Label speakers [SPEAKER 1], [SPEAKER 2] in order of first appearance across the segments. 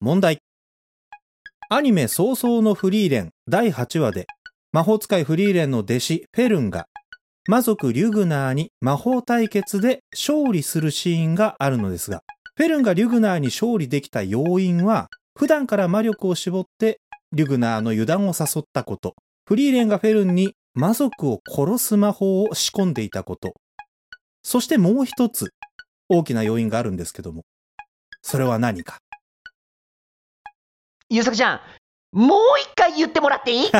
[SPEAKER 1] 問題。アニメ早々のフリーレン第8話で、魔法使いフリーレンの弟子フェルンが、魔族リュグナーに魔法対決で勝利するシーンがあるのですが、フェルンがリュグナーに勝利できた要因は、普段から魔力を絞って、リュグナーの油断を誘ったこと、フリーレンがフェルンに魔族を殺す魔法を仕込んでいたこと、そしてもう一つ、大きな要因があるんですけども、それは何か。
[SPEAKER 2] ゆうさくちゃん、もう一回言ってもらっていい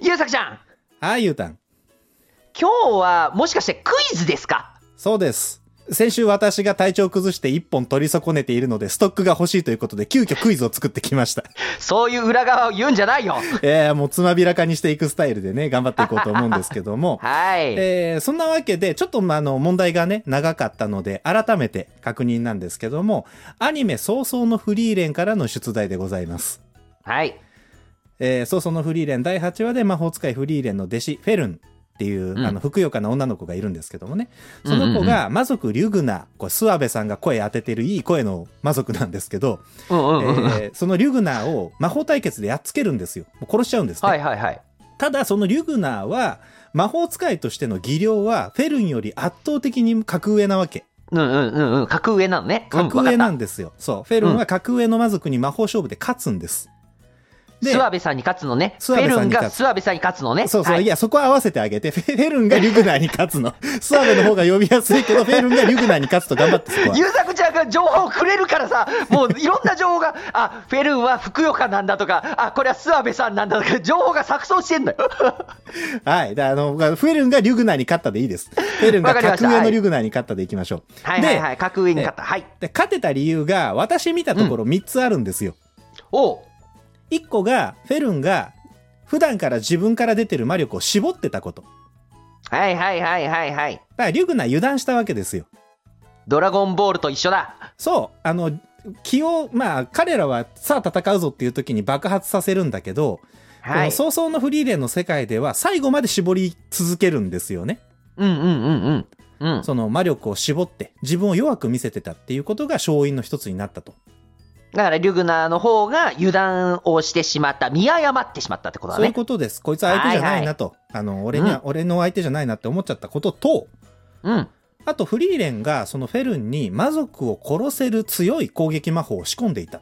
[SPEAKER 2] ゆうさくちゃん、
[SPEAKER 1] はい、ゆうたん。
[SPEAKER 2] 今日はもしかしてクイズですか
[SPEAKER 1] そうです。先週私が体調を崩して一本取り損ねているので、ストックが欲しいということで、急遽クイズを作ってきました。
[SPEAKER 2] そういう裏側を言うんじゃないよ。
[SPEAKER 1] えー、もうつまびらかにしていくスタイルでね、頑張っていこうと思うんですけども。
[SPEAKER 2] はい。
[SPEAKER 1] えー、そんなわけで、ちょっと、まあ、あの、問題がね、長かったので、改めて確認なんですけども、アニメ早々のフリーレンからの出題でございます。
[SPEAKER 2] はい。
[SPEAKER 1] えー、早々のフリーレン第8話で魔法使いフリーレンの弟子フェルンっていう、
[SPEAKER 2] ん
[SPEAKER 1] あのふくよかな女の子がいるんですけどもね
[SPEAKER 2] うん
[SPEAKER 1] そ
[SPEAKER 2] うんうん
[SPEAKER 1] の子が魔族リュグナこれ諏訪部さんが声当ててるいい声の魔族なんですけど、
[SPEAKER 2] うんうんうん。
[SPEAKER 1] えーそのリュグナを魔法対決でやっつけるんですよもう殺しちゃうんですね、
[SPEAKER 2] はいはいはい。
[SPEAKER 1] ただそのリュグナは魔法使いとしての技量はフェルンより圧倒的に格上なわけ
[SPEAKER 2] うんうんうんうん。格上なのね。
[SPEAKER 1] 格上なんんですよ、そうフェルンは格上の魔族に魔法勝負で勝つんです
[SPEAKER 2] で。諏訪部さんに勝つのね。フ
[SPEAKER 1] 諏訪
[SPEAKER 2] ェ
[SPEAKER 1] 部
[SPEAKER 2] ル
[SPEAKER 1] さん
[SPEAKER 2] ン
[SPEAKER 1] に
[SPEAKER 2] が
[SPEAKER 1] 勝つ
[SPEAKER 2] 諏訪部さんに勝つのね。
[SPEAKER 1] そうそう、、
[SPEAKER 2] はい
[SPEAKER 1] や、そこは合わせてあげて、フェフェルンがリュグナーに勝 つの。スワベの方が呼びやすいけど、フェルンがリュグナーに勝つと頑張ってそ こは。
[SPEAKER 2] ゆうさくちゃんが情報をくれるからさ、もういろんな情報が、あフェルンはふくよかなんだとか、あこれは諏訪部さんなんだとか、情報が錯綜してんだよ。
[SPEAKER 1] はい。だあの、フェルンがリュグナーに勝ったでいいです。フェルンが
[SPEAKER 2] わかりまし
[SPEAKER 1] 格
[SPEAKER 2] た
[SPEAKER 1] 上のリュグナーに勝ったでいきましょう。
[SPEAKER 2] はいはいはい、格上に勝った。はい。
[SPEAKER 1] で、勝てた理由が、私見たところ3つあるんですよ。
[SPEAKER 2] おう
[SPEAKER 1] 1個が、フェルンが、普段から自分から出てる魔力を絞ってたこと。だ
[SPEAKER 2] はいはいはいはいはい。
[SPEAKER 1] から、リュグナー油断したわけですよ。
[SPEAKER 2] ドラゴンボールと一緒だ。
[SPEAKER 1] そう。あの、気を、まあ、彼らは、さあ戦うぞっていう時に爆発させるんだけど、
[SPEAKER 2] はい。
[SPEAKER 1] この早々のフリーレンの世界では最後まで絞り続けるんですよね。
[SPEAKER 2] うんうんうんうん。うん。
[SPEAKER 1] その魔力を絞って自分を弱く見せてたっていうことが勝因の一つになったと。
[SPEAKER 2] だから、リュグナーの方が油断をしてしまった、見誤ってしまったってことだ
[SPEAKER 1] そういう
[SPEAKER 2] ね。
[SPEAKER 1] ことです。こいつ相手じゃないなと。あの、俺には、俺の相手じゃないなって思っちゃったことと、
[SPEAKER 2] うん。
[SPEAKER 1] あとフリーレンがそのフェルンに魔族を殺せる強い攻撃魔法を仕込んでいた。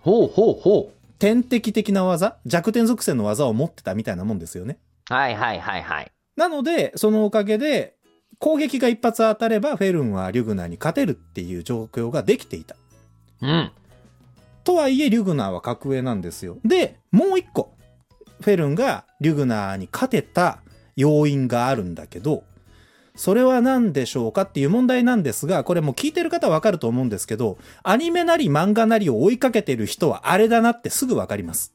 [SPEAKER 2] ほうほうほ
[SPEAKER 1] 天敵的な技弱点属性の技を持ってたみたいなもんですよね。
[SPEAKER 2] う。はいはいはいはい。
[SPEAKER 1] なので、そのおかげで、攻撃が一発当たればフェルンはリュグナーに勝てるっていう状況ができていた。
[SPEAKER 2] うん。
[SPEAKER 1] とはいえリュグナーは格上なんですよでもう一個フェルンがリュグナーに勝てた要因があるんだけどそれは何でしょうかっていう問題なんですがこれもう聞いてる方はわかると思うんですけどアニメなり漫画なりを追いかけてる人はあれだなってすぐわかります、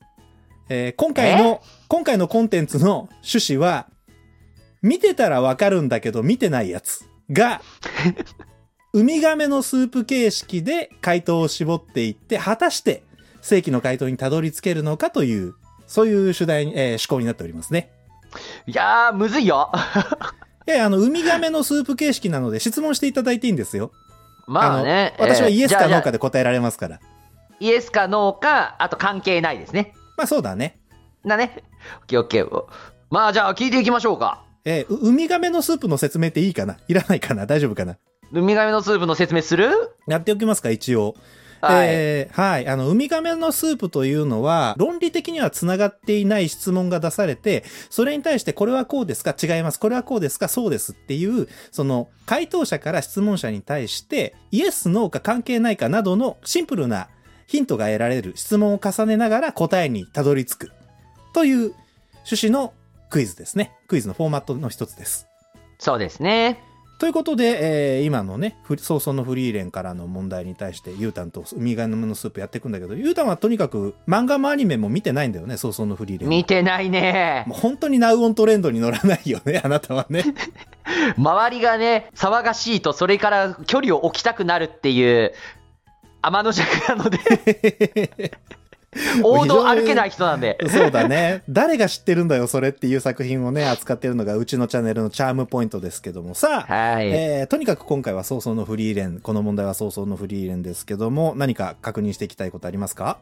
[SPEAKER 1] えー今回の今回のコンテンツの趣旨は見てたらわかるんだけど見てないやつがウミガメのスープ形式で回答を絞っていって果たして正規の回答にたどり着けるのかというそういう主題に、えー、思考になっておりますね。
[SPEAKER 2] いやー、むずいよ。
[SPEAKER 1] いやあのウミガメのスープ形式なので質問していただいていいんですよ。
[SPEAKER 2] まあね。
[SPEAKER 1] の私は
[SPEAKER 2] えー
[SPEAKER 1] イエス
[SPEAKER 2] じゃ
[SPEAKER 1] か
[SPEAKER 2] あじゃ
[SPEAKER 1] ノ
[SPEAKER 2] あ
[SPEAKER 1] ーかで答えられますから。
[SPEAKER 2] イエスかノーか、あと関係ないですね。
[SPEAKER 1] まあそうだね。
[SPEAKER 2] だね。オッケーオッケー。まあじゃあ聞いていきましょうか。
[SPEAKER 1] えーうウミガメのスープの説明っていいかないらないかな大丈夫かな
[SPEAKER 2] ウミガメのスープの説明する
[SPEAKER 1] やっておきますか一応。
[SPEAKER 2] はい。
[SPEAKER 1] えーはい。あの、ウミガメのスープというのは、論理的には繋がっていない質問が出されて、それに対して、これはこうですか違います。これはこうですかそうです。っていう、その、回答者から質問者に対して、イエス、ノーか関係ないかなどのシンプルなヒントが得られる質問を重ねながら答えにたどり着く。という趣旨のクイズですね。クイズのフォーマットの一つです。
[SPEAKER 2] そうですね。
[SPEAKER 1] ということで、えー今のね、ふ早々のフリーレンからの問題に対して、ゆうたんとウミガメのスープやっていくんだけど、ゆうたんはとにかく漫画もアニメも見てないんだよね、早々のフリーレンは。
[SPEAKER 2] 見てないね。
[SPEAKER 1] もう本当にナウオントレンドに乗らないよね、あ なたはね。
[SPEAKER 2] 周りがね、騒がしいと、それから 距離を置きたくなるっていう、天の弱なので、王道歩けない人なんで。
[SPEAKER 1] そうだね。誰が知ってるんだよ、それっていう作品をね、扱ってるのが、うちのチャンネルのチャームポイントですけども、さあ、
[SPEAKER 2] はい。
[SPEAKER 1] えーとにかく今回は早々のフリーレン、この問題は早々のフリーレンですけども、何か確認していきたいことありますか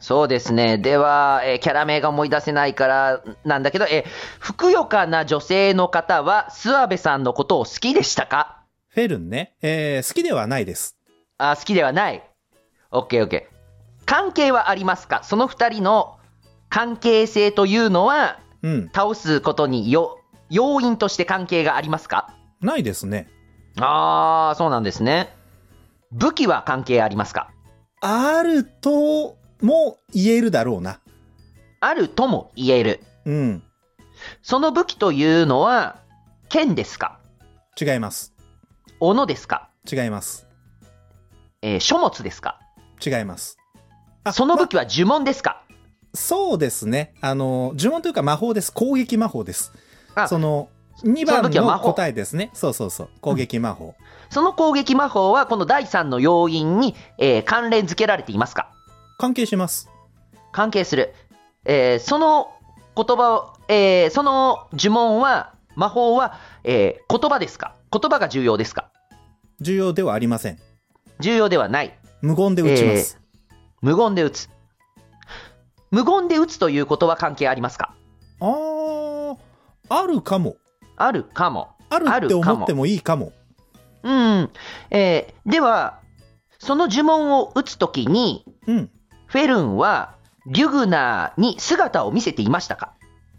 [SPEAKER 2] そうですね。では、えーキャラ名が思い出せないからなんだけど、えーふくよかな女性の方は、諏訪部さんのことを好きでしたか
[SPEAKER 1] フェルンね、えー好きではないです。
[SPEAKER 2] あ、好きではない。オッケーオッケー。関係はありますかその二人の関係性というのは、
[SPEAKER 1] うん、
[SPEAKER 2] 倒すことによ、要因として関係がありますか
[SPEAKER 1] ないですね。
[SPEAKER 2] ああ、そうなんですね。武器は関係ありますか
[SPEAKER 1] あるとも言えるだろうな。
[SPEAKER 2] あるとも言える。
[SPEAKER 1] うん、
[SPEAKER 2] その武器というのは、剣ですか
[SPEAKER 1] 違います。
[SPEAKER 2] 斧ですか
[SPEAKER 1] 違います。
[SPEAKER 2] えー書物ですか
[SPEAKER 1] 違います。あ
[SPEAKER 2] その武
[SPEAKER 1] ま
[SPEAKER 2] 器は呪文ですか、
[SPEAKER 1] そうですね。あの、呪文というか魔法です。攻撃魔法です。
[SPEAKER 2] あ
[SPEAKER 1] その、2番
[SPEAKER 2] その時は魔
[SPEAKER 1] の
[SPEAKER 2] 法
[SPEAKER 1] 答えですね。そうそうそう。攻撃魔法。
[SPEAKER 2] その攻撃魔法はこの第3の要因に、えー関連付けられていますか
[SPEAKER 1] 関係します。
[SPEAKER 2] 関係する。えーその言葉を、えーその呪文は、魔法は、えー言葉ですか言葉が重要ですか
[SPEAKER 1] 重要ではありません。
[SPEAKER 2] 重要ではない。
[SPEAKER 1] 無言で打ちます。
[SPEAKER 2] 無言で打つ。無言で打つということは関係ありますか
[SPEAKER 1] あー、あるかも。
[SPEAKER 2] あるかも。
[SPEAKER 1] あ
[SPEAKER 2] あ
[SPEAKER 1] るって
[SPEAKER 2] るかも
[SPEAKER 1] 思ってもいいかも。
[SPEAKER 2] うん。えーでは、その呪文を打つときに、
[SPEAKER 1] うん。
[SPEAKER 2] フェルンは、リュグナーに姿を見せていましたか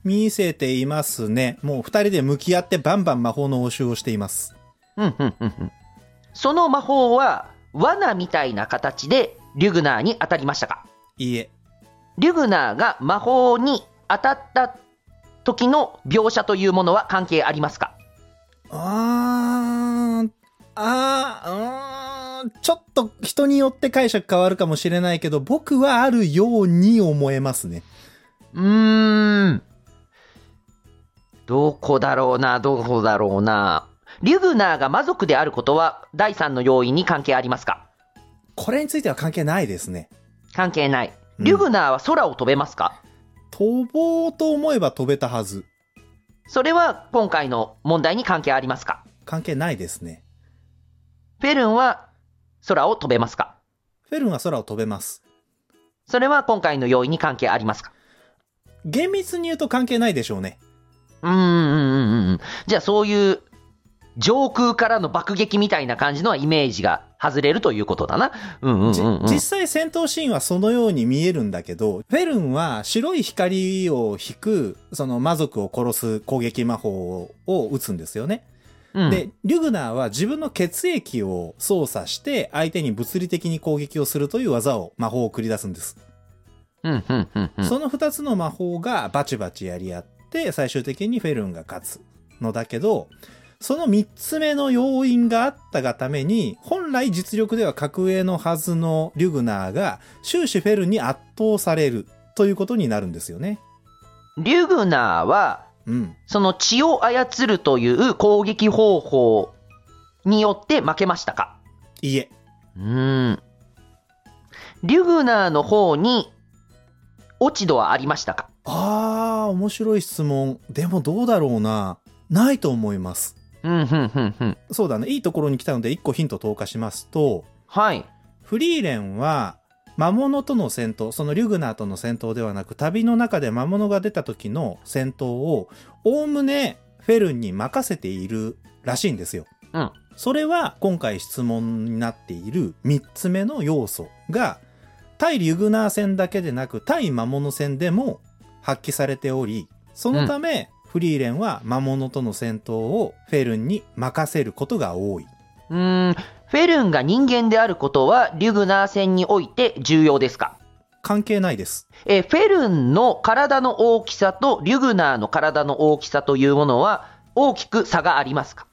[SPEAKER 1] 見せていますね。もう2人で向き合ってバンバン魔法の応酬をしています。
[SPEAKER 2] うん、うん、うん、うん。その魔法は、罠みたいな形で、リュグナーに当たりましたか
[SPEAKER 1] いいえ。
[SPEAKER 2] リュグナーが魔法に当たった時の描写というものは関係ありますか
[SPEAKER 1] あー、あー、うーんちょっと人によって解釈変わるかもしれないけど、僕はあるように思えますね。
[SPEAKER 2] うーん。どこだろうな、どこだろうな。リュグナーが魔族であることは第三の要因に関係ありますか
[SPEAKER 1] これについては関係ないですね。
[SPEAKER 2] 関係ない。
[SPEAKER 1] うん
[SPEAKER 2] リュグナーは空を飛べますか、
[SPEAKER 1] 飛ぼうと思えば飛べたはず。
[SPEAKER 2] それは今回の問題に関係ありますか
[SPEAKER 1] 関係ないですね。
[SPEAKER 2] フェルンは空を飛べますか
[SPEAKER 1] フェルンは空を飛べます。
[SPEAKER 2] それは今回の要因に関係ありますか
[SPEAKER 1] 厳密に言うと関係ないでしょうね。
[SPEAKER 2] うーんうんうんうん。じゃあそういう上空からの爆撃みたいな感じのはイメージが外れるということだな。うんうんうん、
[SPEAKER 1] じ
[SPEAKER 2] うん。
[SPEAKER 1] 実際戦闘シーンはそのように見えるんだけど、フェルンは白い光を引く、その魔族を殺す攻撃魔法を打つんですよね。
[SPEAKER 2] うん
[SPEAKER 1] で、リュグナーは自分の血液を操作して相手に物理的に攻撃をするという技を、魔法を繰り出すんです。
[SPEAKER 2] うんうんうんうん。
[SPEAKER 1] その二つの魔法がバチバチやり合って、最終的にフェルンが勝つのだけど、その三つ目の要因があったがために、本来実力では格上のはずのリュグナーが終始フェルンに圧倒されるということになるんですよね。
[SPEAKER 2] リュグナーは、
[SPEAKER 1] うん。
[SPEAKER 2] その血を操るという攻撃方法によって負けましたか
[SPEAKER 1] いいえ。
[SPEAKER 2] うーん。リュグナーの方に落ち度はありましたか
[SPEAKER 1] あー、面白い質問。でもどうだろうな。ないと思います。
[SPEAKER 2] うんうんうんうん。
[SPEAKER 1] そうだね。いいところに来たので一個ヒント投下しますと、
[SPEAKER 2] はい。
[SPEAKER 1] フリーレンは魔物との戦闘そのリュグナーとの戦闘ではなく旅の中で魔物が出た時の戦闘をおおむねフェルンに任せているらしいんですよ。
[SPEAKER 2] うん
[SPEAKER 1] それは今回質問になっている3つ目の要素が対リュグナー戦だけでなく対魔物戦でも発揮されておりそのため、フリーレンは魔物との戦闘をフェルンに任せることが多い。
[SPEAKER 2] うーん。フェルンが人間であることは、リュグナー戦において重要ですか
[SPEAKER 1] 関係ないです。
[SPEAKER 2] えーフェルンの体の大きさとリュグナーの体の大きさというものは大きく差がありますか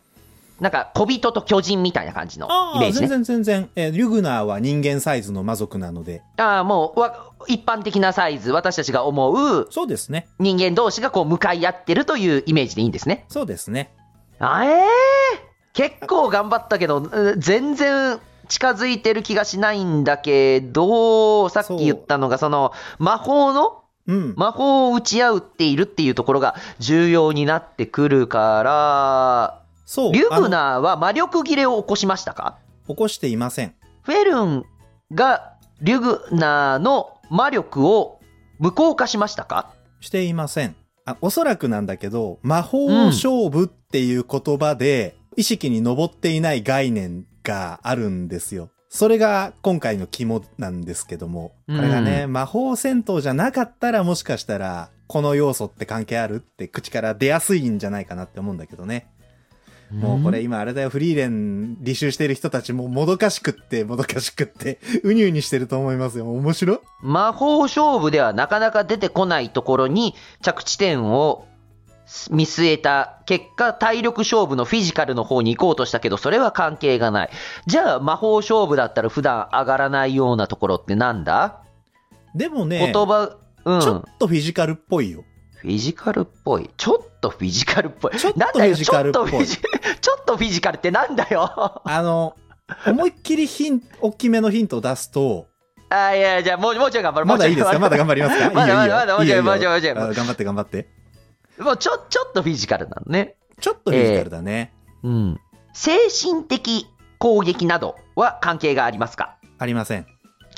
[SPEAKER 2] なんか小人と巨人みたいな感じの
[SPEAKER 1] ああ
[SPEAKER 2] イメージ
[SPEAKER 1] 全
[SPEAKER 2] ね。
[SPEAKER 1] 然全然、えーリュグナーは人間サイズの魔族なので
[SPEAKER 2] ああ、もうわ一般的なサイズ、私たちが思う
[SPEAKER 1] そうですね
[SPEAKER 2] 人間同士がこう向かい合ってるというイメージでいいんですね。
[SPEAKER 1] そうですね
[SPEAKER 2] あえー、結構頑張ったけど、う全然近づいてる気がしないんだけど、さっき言ったのが、その、魔法の、
[SPEAKER 1] うん。
[SPEAKER 2] 魔法を打ち合うっているっていうところが重要になってくるから、
[SPEAKER 1] そう。
[SPEAKER 2] リュグ
[SPEAKER 1] あの
[SPEAKER 2] ナーは魔力切れを起こしましたか
[SPEAKER 1] 起こしていません。
[SPEAKER 2] フェルンがリュグナーの魔力を無効化しましたか
[SPEAKER 1] していません。あ、おそらくなんだけど、魔法勝負っていう言葉で、意識に上っていない概念があるんですよ。それが今回の肝なんですけども、これがね、魔法戦闘じゃなかったらもしかしたら、この要素って関係あるって口から出やすいんじゃないかなって思うんだけどね。もうこれ今あれだよ、フリーレン履修してる人たちももどかしくって、もどかしくって、 うにうにしてると思いますよ。面白い
[SPEAKER 2] 魔法勝負ではなかなか出てこないところに着地点を見据えた結果体力勝負のフィジカルの方に行こうとしたけどそれは関係がないじゃあ魔法勝負だったら普段上がらないようなところってなんだ、
[SPEAKER 1] でもね、
[SPEAKER 2] 言葉うん
[SPEAKER 1] ちょ
[SPEAKER 2] フ
[SPEAKER 1] っとフィジカルっぽいよ。
[SPEAKER 2] ィジカルっぽいちょっとフィジカルっぽい
[SPEAKER 1] ちょっと
[SPEAKER 2] なんだよ
[SPEAKER 1] フィジカルっぽい
[SPEAKER 2] ちょっとフィジちょっとフィジカルってなんだよ
[SPEAKER 1] あの、思いっきりヒン大きめのヒントを出すと、
[SPEAKER 2] あいやじゃあもうもうちょい頑張る
[SPEAKER 1] ま
[SPEAKER 2] もうち
[SPEAKER 1] だ
[SPEAKER 2] ょ
[SPEAKER 1] いいですかまだ頑張りますか
[SPEAKER 2] ま だ
[SPEAKER 1] いいよ
[SPEAKER 2] まだ
[SPEAKER 1] いいよ
[SPEAKER 2] まだ
[SPEAKER 1] いいよ
[SPEAKER 2] まだ
[SPEAKER 1] いいよ
[SPEAKER 2] まだまだまだ
[SPEAKER 1] あ頑張って頑張って。
[SPEAKER 2] もうちょちょっとフィジカルなのね
[SPEAKER 1] ちょっとフィジカルだね。
[SPEAKER 2] うん、精神的攻撃などは関係がありますか
[SPEAKER 1] ありません。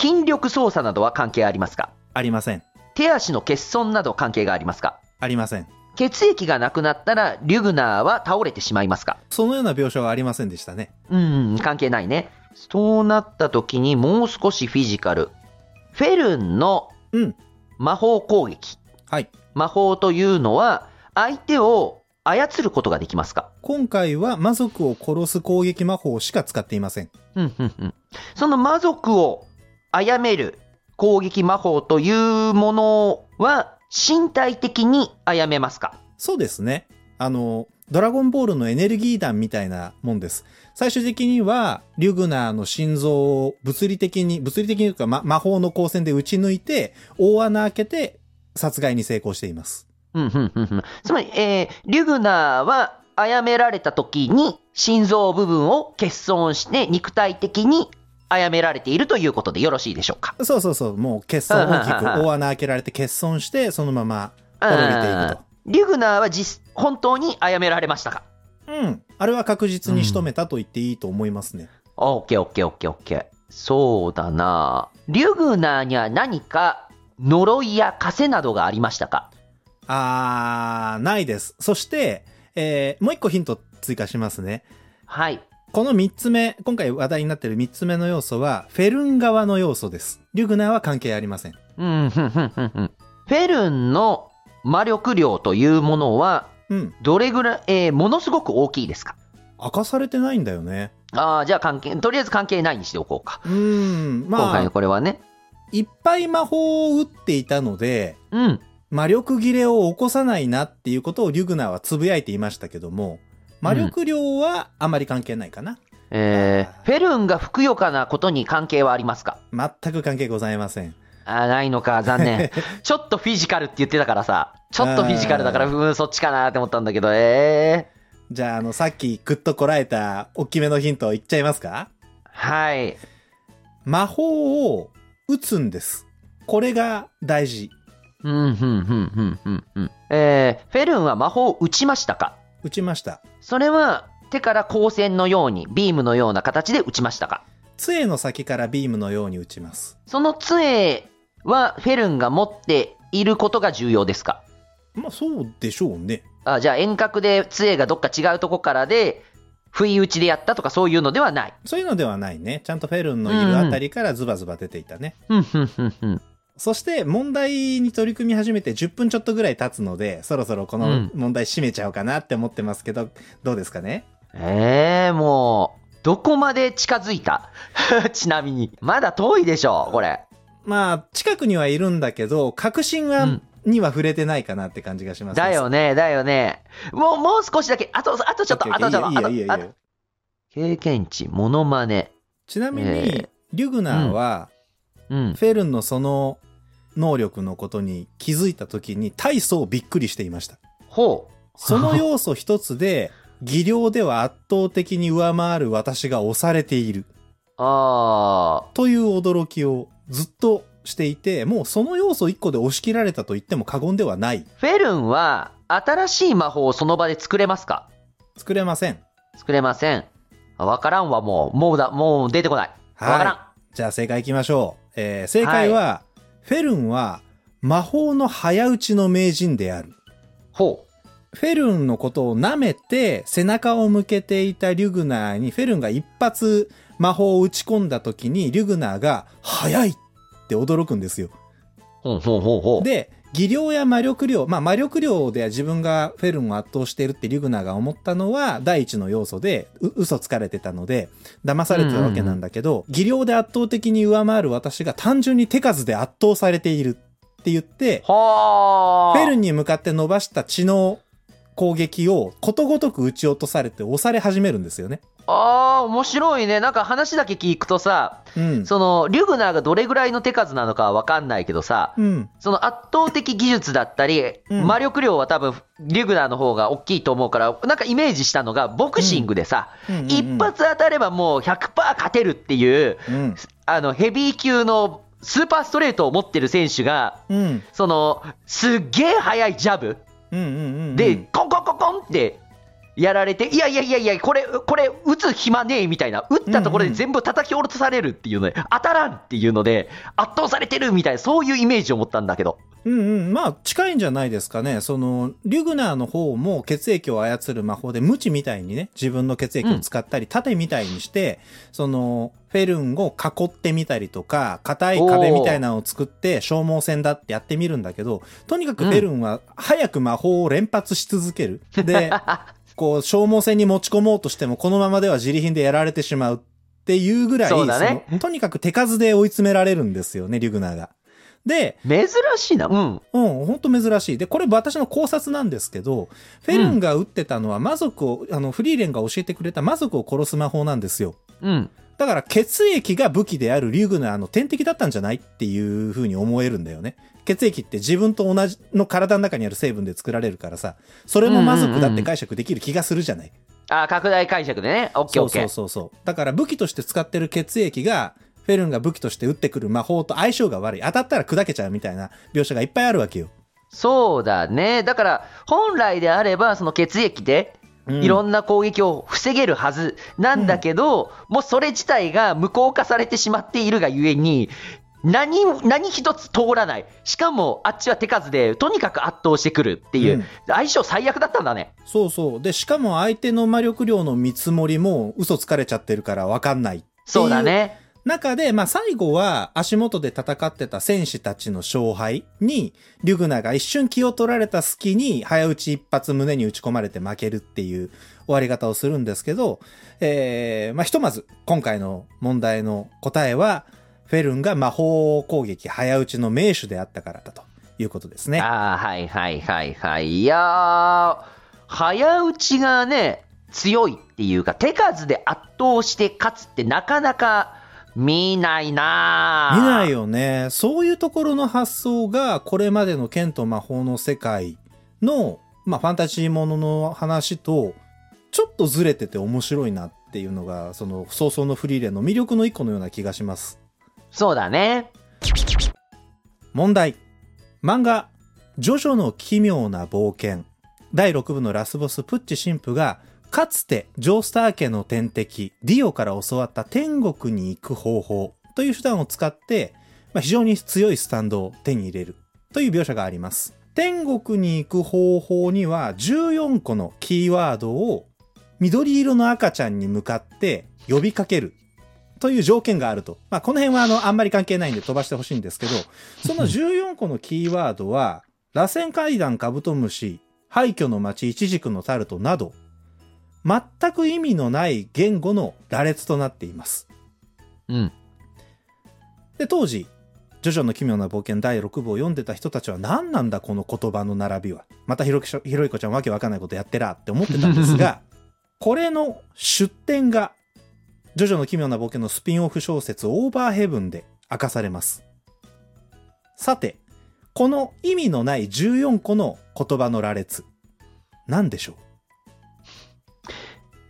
[SPEAKER 2] 筋力操作などは関係ありますか
[SPEAKER 1] ありません。
[SPEAKER 2] 手足の欠損など関係がありますか
[SPEAKER 1] ありません。
[SPEAKER 2] 血液がなくなったらリュグナーは倒れてしまいますか
[SPEAKER 1] そのような描写はありませんでしたね。
[SPEAKER 2] うん、関係ないね。そうなった時にもう少しフィジカル。フェルンの
[SPEAKER 1] うん。
[SPEAKER 2] 魔法攻撃。
[SPEAKER 1] はい。
[SPEAKER 2] 魔法というのは相手を操ることができますか
[SPEAKER 1] 今回は魔族を殺す攻撃魔法しか使っていません。
[SPEAKER 2] うんうんうんその魔族を殺める攻撃魔法というものは身体的に殺めますか
[SPEAKER 1] そうですね。あの、ドラゴンボールのエネルギー弾みたいなもんです。最終的には、リュグナーの心臓を物理的に、物理的にというか、ま魔法の光線で打ち抜いて、大穴開けて、殺害に成功しています。
[SPEAKER 2] うんうんうんうんつまり、えーリュグナーは殺められた時に心臓部分を欠損して肉体的に殺められているということでよろしいでしょうか
[SPEAKER 1] そうそうそう、もう欠損
[SPEAKER 2] はいは
[SPEAKER 1] 大き
[SPEAKER 2] いは
[SPEAKER 1] く
[SPEAKER 2] いはい
[SPEAKER 1] 大穴開けられて欠損して、そのまま滅びていくと。
[SPEAKER 2] リュグナーは実本当に殺められましたか
[SPEAKER 1] うん。あれは確実に仕留めたと言っていいと思いますね。
[SPEAKER 2] オッケーオッケーオッケーオッケー。そうだなリュグナーには何か呪いや枷などがありましたか
[SPEAKER 1] あー、ないです。そして、えーもう一個ヒント追加しますね。
[SPEAKER 2] はい。
[SPEAKER 1] この三つ目、今回話題になっている三つ目の要素は、フェルン側の要素です。リュグナーは関係ありません。
[SPEAKER 2] うん、ふんふんふんふん。フェルンの魔力量というものは、
[SPEAKER 1] うん。
[SPEAKER 2] どれぐらい、えーものすごく大きいですか
[SPEAKER 1] 明かされてないんだよね。
[SPEAKER 2] ああ、じゃあ関係、とりあえず関係ないにしておこうか。
[SPEAKER 1] うーん。
[SPEAKER 2] 今回
[SPEAKER 1] ま
[SPEAKER 2] の
[SPEAKER 1] あ、
[SPEAKER 2] これはね。
[SPEAKER 1] いっぱい魔法を打っていたので、
[SPEAKER 2] うん。
[SPEAKER 1] 魔力切れを起こさないなっていうことをリュグナーはつぶやいていましたけども、魔力量はあまり関係ないかな。
[SPEAKER 2] えーフェルンがふくよかなことに関係はありますか
[SPEAKER 1] 全く関係ございません。
[SPEAKER 2] あーないのか、残念。 ちょっとフィジカルって言ってたからさ、ちょっとフィジカルだから、
[SPEAKER 1] あー
[SPEAKER 2] うん、そっちかなって思ったんだけど、ええ
[SPEAKER 1] じゃあ、あの、さっきグッとこらえた大きめのヒントいっちゃいますか
[SPEAKER 2] はい。
[SPEAKER 1] 魔法を打つんです。これが大事。
[SPEAKER 2] うん、うん、うん、うん、うん、うん。えー、フェルンは魔法を打ちましたか
[SPEAKER 1] 打ちました。
[SPEAKER 2] それは、手から光線のように、ビームのような形で打ちましたか
[SPEAKER 1] 杖の先からビームのように打ちます。
[SPEAKER 2] その杖は、フェルンが持っていることが重要ですか
[SPEAKER 1] まあそうでしょうね。
[SPEAKER 2] あじゃあ、遠隔で杖がどっか違うとこからで、不意打ちでやったとかそういうのではない。
[SPEAKER 1] そういうのではないね。ちゃんとフェルンのいるあたりからズバズバ出ていたね。
[SPEAKER 2] うん、うん、うん、うん。
[SPEAKER 1] そして問題に取り組み始めて10分ちょっとぐらい経つので、そろそろこ
[SPEAKER 2] う
[SPEAKER 1] の
[SPEAKER 2] ん
[SPEAKER 1] 問題締めちゃおうかなって思ってますけど、どうですかね
[SPEAKER 2] ええもう、どこまで近づいた ちなみに。まだ遠いでしょ、これ。
[SPEAKER 1] まあ近くにはいるんだけど、確信は、
[SPEAKER 2] うん
[SPEAKER 1] には触れてないかなって感じがしますね
[SPEAKER 2] だよね、だよね。もう、もう少しだけ。あと、あとちょっ
[SPEAKER 1] オ
[SPEAKER 2] と、
[SPEAKER 1] ッ
[SPEAKER 2] あ
[SPEAKER 1] ケー
[SPEAKER 2] と
[SPEAKER 1] オッ
[SPEAKER 2] ち
[SPEAKER 1] ケ
[SPEAKER 2] ょ
[SPEAKER 1] ーいいよ
[SPEAKER 2] っと、あと、
[SPEAKER 1] いいよいいよ
[SPEAKER 2] あと。経験値、モノマネ。
[SPEAKER 1] ちなみに、
[SPEAKER 2] え
[SPEAKER 1] リュグナーは、
[SPEAKER 2] うん。
[SPEAKER 1] フェルンのその能力のことに気づいた時に大層びっくりしていました。
[SPEAKER 2] ほう。
[SPEAKER 1] その要素一つで、技量では圧倒的に上回る私が押されている。
[SPEAKER 2] あ
[SPEAKER 1] という驚きをずっとしていてもうその要素1個で押し切られたと言っても過言ではない
[SPEAKER 2] ー。フェルンは、新しい魔法をその場で作れますか
[SPEAKER 1] 作れません
[SPEAKER 2] 作れません。あわからんわ、もう。もうだ、もう出てこない。わからん。
[SPEAKER 1] いじゃあ正解いきましょう、えー正解は、フェルンは魔法の早打ちの名人である
[SPEAKER 2] ほう。
[SPEAKER 1] フェルンのことを舐めて背中を向けていたリュグナーにフェルンが一発魔法を打ち込んだ時にリュグナーが「早い!」って驚くんですよ。
[SPEAKER 2] ほうほうほうほう。
[SPEAKER 1] で技量や魔力量まあ魔力量では自分がフェルンを圧倒してるってリュグナーが思ったのは第一の要素でう嘘つかれてたので騙されてたわけなんだけど、技量で圧倒的に上回る私が単純に手数で圧倒されているって言って
[SPEAKER 2] はあ。
[SPEAKER 1] フェルンに向かって伸ばした血の攻撃をことごとく撃ち落とされて押され始めるんですよね。
[SPEAKER 2] ああ、面白いね。なんか話だけ聞くとさ、
[SPEAKER 1] うん。
[SPEAKER 2] その、リュグナーがどれぐらいの手数なのかはわかんないけどさ、
[SPEAKER 1] うん。
[SPEAKER 2] その圧倒的技術だったり、
[SPEAKER 1] うん
[SPEAKER 2] 魔力量は多分、リュグナーの方が大きいと思うから、なんかイメージしたのが、ボクシングでさ、
[SPEAKER 1] うんうんうん
[SPEAKER 2] 一発当たればもう100%勝てるっていう、
[SPEAKER 1] うん。
[SPEAKER 2] あの、ヘビー級のスーパーストレートを持ってる選手が、
[SPEAKER 1] うん。
[SPEAKER 2] その、すっげえ速いジャブ
[SPEAKER 1] うん。うん。
[SPEAKER 2] で、コンコンコンコンってやられて、いやいやいやいや、これ、これ、打つ暇ねえみたいな、打ったところで全部叩き落とされるっていうので、当たらんっていうので、圧倒されてるみたいな、そういうイメージを持ったんだけど。
[SPEAKER 1] うんうん、まあ近いんじゃないですかね。その、リュグナーの方も血液を操る魔法で、無知みたいにね、自分の血液を使ったり、盾みたいにして、その、フェルンを囲ってみたりとか、硬い壁みたいなのを作って、消耗戦だってやってみるんだけど、とにかくフェルンは早く魔法を連発し続ける。で、 こう、消耗戦に持ち込もうとしても、このままでは自利品でやられてしまうっていうぐらい、
[SPEAKER 2] そうだね
[SPEAKER 1] そのとにかく手数で追い詰められるんですよね、リュグナーが。で、
[SPEAKER 2] 珍しいな。うん。
[SPEAKER 1] うん、ほんと珍しい。で、これ私の考察なんですけど、フェルンが撃ってたのは魔族を、あの、フリーレンが教えてくれた魔族を殺す魔法なんですよ。
[SPEAKER 2] うん。
[SPEAKER 1] だから血液が武器であるリュグナーの天敵だったんじゃないっていう風に思えるんだよね。血液って自分と同じの体の中にある成分で作られるからさ、それも魔族だって解釈できる気がするじゃない。
[SPEAKER 2] あー、拡大解釈でね。オッケ
[SPEAKER 1] そ
[SPEAKER 2] ーオ
[SPEAKER 1] う
[SPEAKER 2] ッケ
[SPEAKER 1] そう
[SPEAKER 2] ー。
[SPEAKER 1] そうそう。だから武器として使ってる血液が、フェルンが武器として撃ってくる魔法と相性が悪い。当たったら砕けちゃうみたいな描写がいっぱいあるわけよ。
[SPEAKER 2] そうだね。だから、本来であれば、その血液で、いろんな攻撃を防げるはずなんだけど、もうそれ自体が無効化されてしまっているがゆえに、何、何一つ通らない。しかも、あっちは手数で、とにかく圧倒してくるっていう、
[SPEAKER 1] うん
[SPEAKER 2] 相性最悪だったんだね。
[SPEAKER 1] そうそう。で、しかも相手の魔力量の見積もりも嘘つかれちゃってるからわかんないってい
[SPEAKER 2] そうだ。ね。
[SPEAKER 1] 中で、まあ最後は足元で戦ってた戦士たちの勝敗に、リュグナが一瞬気を取られた隙に早打ち一発胸に打ち込まれて負けるっていう終わり方をするんですけど、えー、まあひとまず今回の問題の答えは、フェルンが魔法攻撃早打ちの名手であったからだということですね。
[SPEAKER 2] ああ、はいはいはいはい。いやー、早打ちがね、強いっていうか、手数で圧倒して勝つってなかなか見ないなー
[SPEAKER 1] 見ないよね。そういうところの発想が、これまでの剣と魔法の世界の、まあ、ファンタジーものの話と、ちょっとずれてて面白いなっていうのが、その、早々のフリーレンの魅力の一個のような気がします。
[SPEAKER 2] そうだね。
[SPEAKER 1] 問題。漫画、ジョジョの奇妙な冒険。第6部のラスボスプッチ神父が、かつてジョースター家の天敵、ディオから教わった天国に行く方法という手段を使って、まあ、非常に強いスタンドを手に入れるという描写があります。天国に行く方法には14個のキーワードを緑色の赤ちゃんに向かって呼びかけるという条件があると。まあ、この辺はあの、あんまり関係ないんで飛ばしてほしいんですけど、その14個のキーワードは、螺旋階段カブトムシ、廃墟の街イチジクのタルトなど、全く意味のない言語の羅列となっています。
[SPEAKER 2] うん。
[SPEAKER 1] で、当時、ジョジョの奇妙な冒険第6部を読んでた人たちは何なんだこの言葉の並びは。またひろきしょひろいこちゃんわけわかんないことやってらって思ってたんですが、これの出典が、ジョジョの奇妙な冒険のスピンオフ小説オーバーヘブンで明かされます。さて、この意味のない14個の言葉の羅列、何でしょう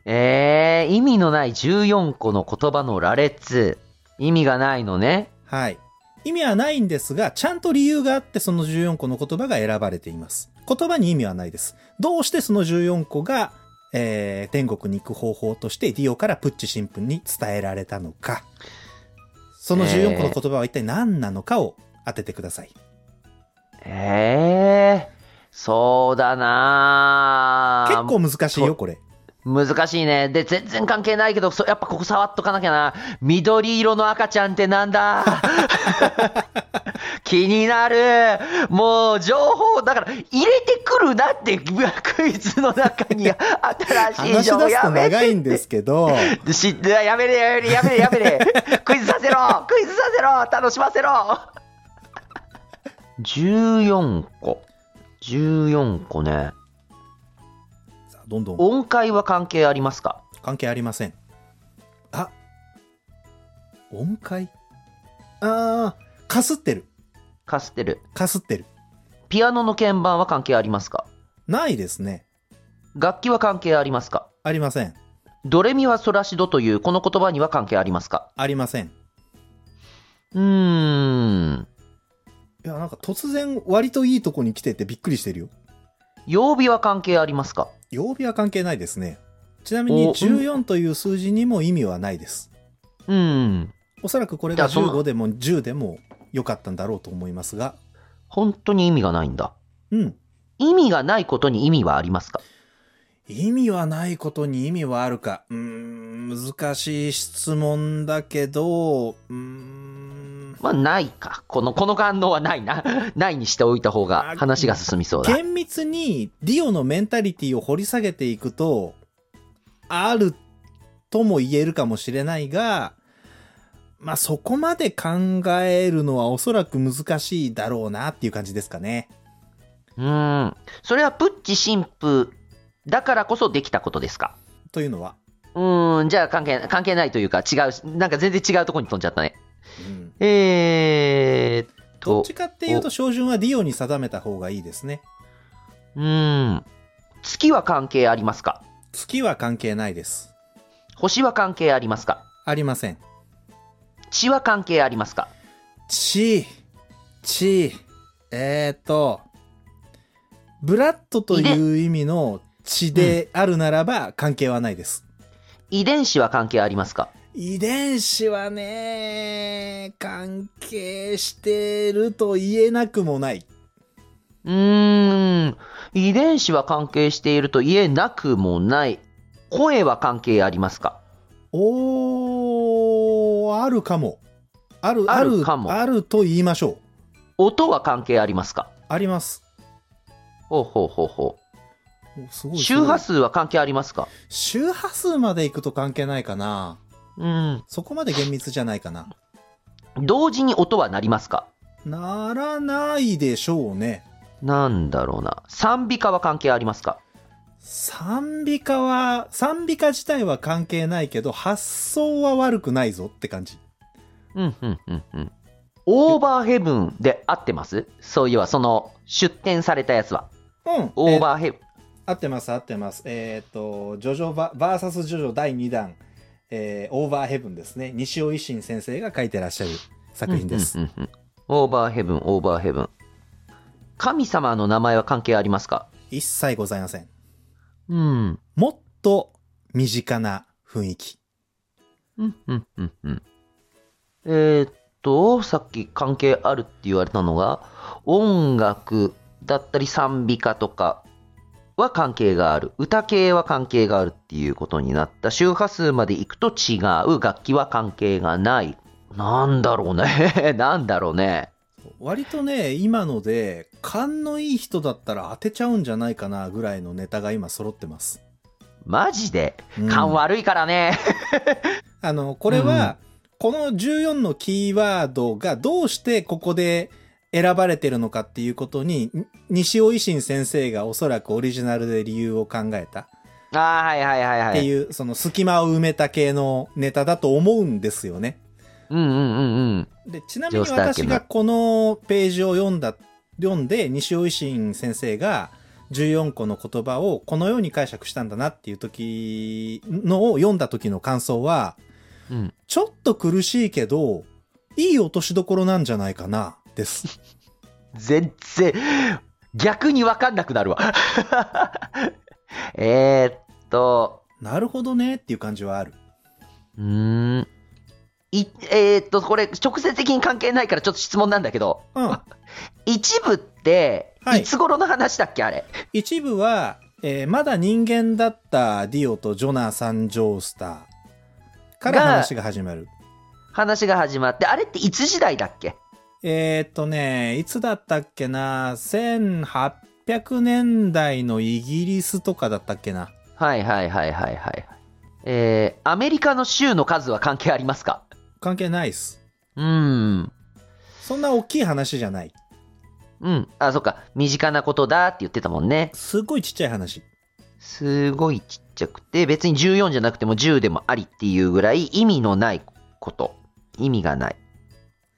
[SPEAKER 2] えー、意味のない14個の言葉の羅列。意味がないのね。
[SPEAKER 1] はい。意味はないんですが、ちゃんと理由があってその14個の言葉が選ばれています。言葉に意味はないです。どうしてその14個が、えー、天国に行く方法としてディオからプッチ神父に伝えられたのか。その14個の言葉は一体何なのかを当ててください。
[SPEAKER 2] えー、そうだな
[SPEAKER 1] 結構難しい
[SPEAKER 2] そ
[SPEAKER 1] よ、これ。
[SPEAKER 2] 難しいね。で、全然関係ないけど、そやっぱここ触っとかなきゃな。緑色の赤ちゃんってな んだ気になる。もう、情報、だから、入れてくるなって、クイズの中に新しい
[SPEAKER 1] 話し
[SPEAKER 2] 情報
[SPEAKER 1] 出す
[SPEAKER 2] や
[SPEAKER 1] と
[SPEAKER 2] め
[SPEAKER 1] 長
[SPEAKER 2] て
[SPEAKER 1] いんですけど、
[SPEAKER 2] 知ってやめれやめれやめれやめれクイズさせろクイズさせろ楽しませろ14個14個ね
[SPEAKER 1] さあどんどん
[SPEAKER 2] 音階は関係ありますか
[SPEAKER 1] 関係ありませんあ音階あーかすってる
[SPEAKER 2] カステル
[SPEAKER 1] かすってる
[SPEAKER 2] ピアノの鍵盤は関係ありますか
[SPEAKER 1] ないですね
[SPEAKER 2] 楽器は関係ありますか
[SPEAKER 1] ありません
[SPEAKER 2] ドレミはソラシドというこの言葉には関係ありますか
[SPEAKER 1] ありません
[SPEAKER 2] うーん
[SPEAKER 1] いやなんか突然割といいとこに来ててびっくりしてるよ
[SPEAKER 2] 曜日は関係ありますか
[SPEAKER 1] 曜日は関係ないですねちなみに
[SPEAKER 2] お
[SPEAKER 1] 14という数字にも意味はないです
[SPEAKER 2] うーん
[SPEAKER 1] おそらくこれ
[SPEAKER 2] じゃあ
[SPEAKER 1] が
[SPEAKER 2] その
[SPEAKER 1] 15でも10でも良かったんだろうと思いますが
[SPEAKER 2] 本当に意味がないんだ
[SPEAKER 1] うん
[SPEAKER 2] 意味がないことに意味はありますか
[SPEAKER 1] 意味はないことに意味はあるか。うーん、難しい質問だけど、うーん、
[SPEAKER 2] まあ、ないか。この、この反応はないな。 ないにしておいた方が
[SPEAKER 1] あ
[SPEAKER 2] 話が進みそうだ。
[SPEAKER 1] 厳密にディオのメンタリティを掘り下げていくと、あるとも言えるかもしれないが、まあ、そこまで考えるのはおそらく難しいだろうなっていう感じですかね。
[SPEAKER 2] うん。それはプッチ神父だからこそできたことですか
[SPEAKER 1] というのは、
[SPEAKER 2] うん、じゃあ関係、関係ないというか違うし、なんか全然違うとこに飛んじゃったね。
[SPEAKER 1] うん、
[SPEAKER 2] えーっ
[SPEAKER 1] どっ
[SPEAKER 2] と
[SPEAKER 1] ち、かっていうと照準はディオに定めた方がいいですね。
[SPEAKER 2] うん。月は関係ありますか
[SPEAKER 1] 月は関係ないです。
[SPEAKER 2] 星は関係ありますか
[SPEAKER 1] ありません。
[SPEAKER 2] 血は関係ありますか
[SPEAKER 1] ち、ち、えーと、ブラッドという意味の血であるならば関係はないです。
[SPEAKER 2] 遺伝子は関係ありますか
[SPEAKER 1] 遺伝子はね、関係してると言えなくもない。
[SPEAKER 2] うーん。遺伝子は関係していると言えなくもない。声は関係ありますか
[SPEAKER 1] おー、あるかも。ある、あ
[SPEAKER 2] ある
[SPEAKER 1] る、
[SPEAKER 2] かも
[SPEAKER 1] あると言いましょ
[SPEAKER 2] 音は関係ありますか
[SPEAKER 1] う。あります。
[SPEAKER 2] ほうほうほうほ
[SPEAKER 1] おすご
[SPEAKER 2] う。
[SPEAKER 1] い
[SPEAKER 2] 周波
[SPEAKER 1] す
[SPEAKER 2] 数は関係ありますか
[SPEAKER 1] ごい周波数までいくと関係ないかな。
[SPEAKER 2] うん。
[SPEAKER 1] そこまで厳密じゃないかな。
[SPEAKER 2] 同時に音は鳴りますか
[SPEAKER 1] ならないでしょうね。
[SPEAKER 2] なんだろうな。賛美歌は関係ありますか
[SPEAKER 1] 賛美歌は、賛美歌自体は関係ないけど、発想は悪くないぞって感じ。
[SPEAKER 2] うんうんうんうん。オーバーヘブンで合ってますそういえば、その出展されたやつは。
[SPEAKER 1] うん。
[SPEAKER 2] オー
[SPEAKER 1] えー
[SPEAKER 2] バーヘブン。
[SPEAKER 1] 合ってます、合ってます。えっ、と、ジョジョバ、バーサスジョジョ第2弾、えーオーバーヘブンですね。西尾維新先生が書いてらっしゃる作品です。
[SPEAKER 2] うんうんうんうんオーバーヘブン、オーバーヘブン。神様の名前は関係ありますか
[SPEAKER 1] 一切ございません。
[SPEAKER 2] うん。
[SPEAKER 1] もっと身近な雰囲気。
[SPEAKER 2] うん、うん、うん、うん。えーっと、さっき関係あるって言われたのが、音楽だったり賛美歌とかは関係がある。歌系は関係があるっていうことになった。周波数まで行くと違う。楽器は関係がない。なんだろうね。 なんだろうね。
[SPEAKER 1] 割とね、今ので、勘のいい人だったら当てちゃうんじゃないかなぐらいのネタが今揃ってます。
[SPEAKER 2] マジで
[SPEAKER 1] うん
[SPEAKER 2] 勘悪いからね。
[SPEAKER 1] あの、これは、この14のキーワードがどうしてここで選ばれてるのかっていうことに、に西尾維新先生がおそらくオリジナルで理由を考えた
[SPEAKER 2] ああ、はいはいはい
[SPEAKER 1] っ
[SPEAKER 2] はい。
[SPEAKER 1] ていう、その隙間を埋めた系のネタだと思うんですよね。
[SPEAKER 2] うんうんうんうん。
[SPEAKER 1] で、ちなみに
[SPEAKER 2] ジョースター
[SPEAKER 1] 私
[SPEAKER 2] 家の
[SPEAKER 1] がこのページを読んだ、読んで、西尾維新先生が、 14個の言葉をこのように解釈したんだなっていう時のを読んだ時の感想は、
[SPEAKER 2] うん。
[SPEAKER 1] ちょっと苦しいけど、いい落としどころなんじゃないかな、です。
[SPEAKER 2] 全然、逆にわかんなくなるわ。 えーっと、
[SPEAKER 1] なるほどねっていう感じはある。
[SPEAKER 2] うーん。いえーっと、これ、直接的に関係ないからちょっと質問なんだけど、
[SPEAKER 1] うん。
[SPEAKER 2] 一部って、
[SPEAKER 1] はい
[SPEAKER 2] いつ頃の話だっけ、あれ。
[SPEAKER 1] 一部は、えーまだ人間だったディオとジョナサン・ジョースターから
[SPEAKER 2] が
[SPEAKER 1] 話が始まる。
[SPEAKER 2] 話が始まって、あれっていつ時代だっけ
[SPEAKER 1] えー、っとね、いつだったっけな、1800年代のイギリスとかだったっけな。
[SPEAKER 2] はいはいはいはいはい。えー、アメリカの州の数は関係ありますか
[SPEAKER 1] 関係ないっす。
[SPEAKER 2] うーん。
[SPEAKER 1] そんな大きい話じゃない。
[SPEAKER 2] うん。あ、そっか。身近なことだって言ってたもんね。
[SPEAKER 1] すごいちっちゃい話。
[SPEAKER 2] すごいちっちゃくて、別に14じゃなくても10でもありっていうぐらい意味のないこと。意味がない。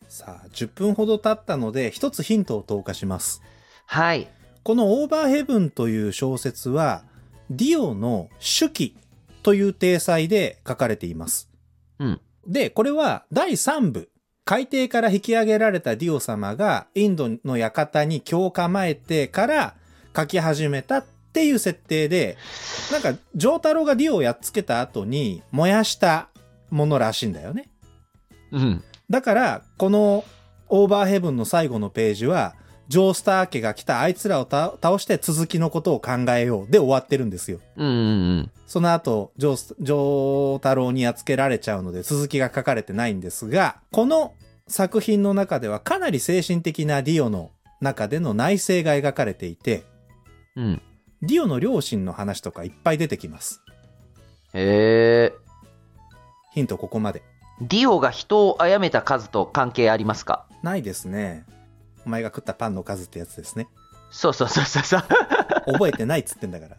[SPEAKER 1] さあ、10分ほど経ったので、一つヒントを投下します。
[SPEAKER 2] はい。
[SPEAKER 1] このオーバーヘブンという小説は、ディオの手記という体裁で書かれています。
[SPEAKER 2] うん。
[SPEAKER 1] で、これは第3部。海底から引き上げられたディオ様がインドの館に今日構えてから書き始めたっていう設定で、なんか、ジョータロがディオをやっつけた後に燃やしたものらしいんだよね。
[SPEAKER 2] うん。
[SPEAKER 1] だから、このオーバーヘブンの最後のページは、ジョースター家が来たあいつらをた倒して続きのことを考えようで終わってるんですよ。
[SPEAKER 2] うんうん
[SPEAKER 1] その後、ジョース、ジョー太郎にやっつけられちゃうので続きが書かれてないんですが、この作品の中ではかなり精神的なディオの中での内政が描かれていて、
[SPEAKER 2] うん。うん。
[SPEAKER 1] ディオの両親の話とかいっぱい出てきます。
[SPEAKER 2] へえ。
[SPEAKER 1] ヒントここまで。
[SPEAKER 2] ディオが人を殺めた数と関係ありますか
[SPEAKER 1] ないですね。お前が食ったパンの数ってやつですね。
[SPEAKER 2] そうそうそうそうそう。
[SPEAKER 1] 覚えてないっつってんだから。。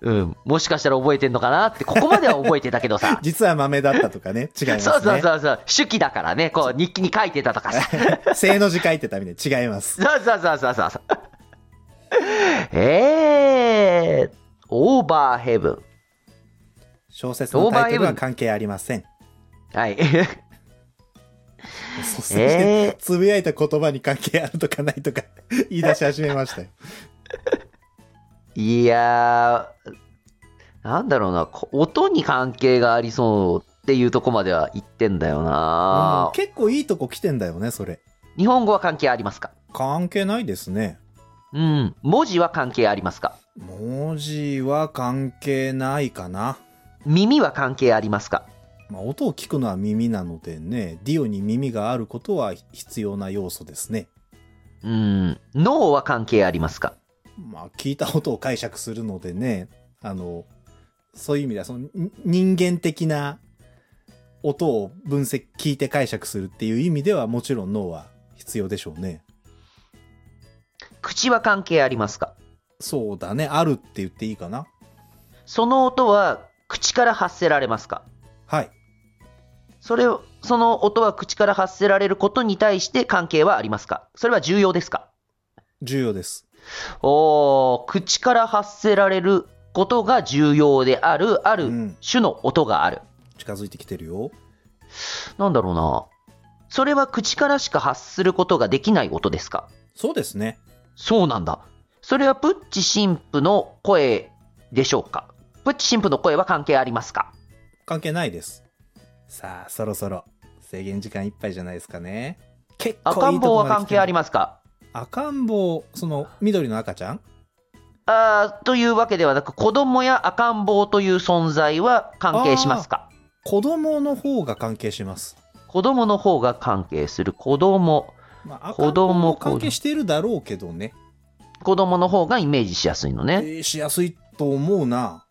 [SPEAKER 2] うん。もしかしたら覚えてんのかなって、ここまでは覚えてたけどさ
[SPEAKER 1] 実は豆だったとか ね。違いますね。
[SPEAKER 2] そうそうそうそう。手記だからね、こう日記に書いてたとかさ。
[SPEAKER 1] 正の字書いてたみたいな違います。
[SPEAKER 2] そうそうそうそうそう。えー、オーバーヘブン。
[SPEAKER 1] 小説のタイトルは関係ありません。
[SPEAKER 2] はい。
[SPEAKER 1] 率先して
[SPEAKER 2] えー、
[SPEAKER 1] つぶやいた言葉に関係あるとかないとか 言い出し始めましたよ。
[SPEAKER 2] いやー、なんだろうな、こ音に関係がありそうっていうとこまでは言ってんだよ
[SPEAKER 1] う
[SPEAKER 2] な
[SPEAKER 1] ん、結構いいとこ来てんだよね、それ。
[SPEAKER 2] 日本語は関係ありますか
[SPEAKER 1] 関係ないですね。
[SPEAKER 2] うん。文字は関係ありますか
[SPEAKER 1] 文字は関係ないかな。
[SPEAKER 2] 耳は関係ありますか
[SPEAKER 1] まあ、音を聞くのは耳なのでね、ディオに耳があることは必要な要素ですね。
[SPEAKER 2] うん。脳は関係ありますか
[SPEAKER 1] まあ、聞いた音を解釈するのでね、あの、そういう意味では、その、に人間的な音を分析、聞いて解釈するっていう意味では、もちろん脳は必要でしょうね。
[SPEAKER 2] 口は関係ありますか
[SPEAKER 1] そうだね、あるって言っていいかな。
[SPEAKER 2] その音は口から発せられますか
[SPEAKER 1] はい。
[SPEAKER 2] それを、その音は口から発せられることに対して関係はありますかそれは重要ですか
[SPEAKER 1] 重要です。
[SPEAKER 2] おー、口から発せられることが重要である、あ
[SPEAKER 1] う
[SPEAKER 2] る
[SPEAKER 1] ん。
[SPEAKER 2] 種の音がある。
[SPEAKER 1] 近づいてきてるよ。
[SPEAKER 2] なんだろうな。それは口からしか発することができない音ですか
[SPEAKER 1] そうですね。
[SPEAKER 2] そうなんだ。それはプッチ神父の声でしょうかプッチ神父の声は関係ありますか
[SPEAKER 1] 関係ないです。さあ、そろそろ、制限時間いっぱいじゃないですかね。結構いいとこ
[SPEAKER 2] 赤ん坊は
[SPEAKER 1] まで
[SPEAKER 2] 関係あり
[SPEAKER 1] ま
[SPEAKER 2] ますか
[SPEAKER 1] す。赤ん坊、その、緑の赤ちゃん
[SPEAKER 2] あーというわけではなく、子供や赤ん坊という存在は関係しますか
[SPEAKER 1] 子供の方が関係します。
[SPEAKER 2] 子供の方が関係する。子供。
[SPEAKER 1] まあ、
[SPEAKER 2] 子
[SPEAKER 1] 赤ん
[SPEAKER 2] 供
[SPEAKER 1] 坊も
[SPEAKER 2] 子供
[SPEAKER 1] 関係してるだろうけどね。
[SPEAKER 2] 子供の方がイメージしやすいのね。
[SPEAKER 1] しやすいと思うな。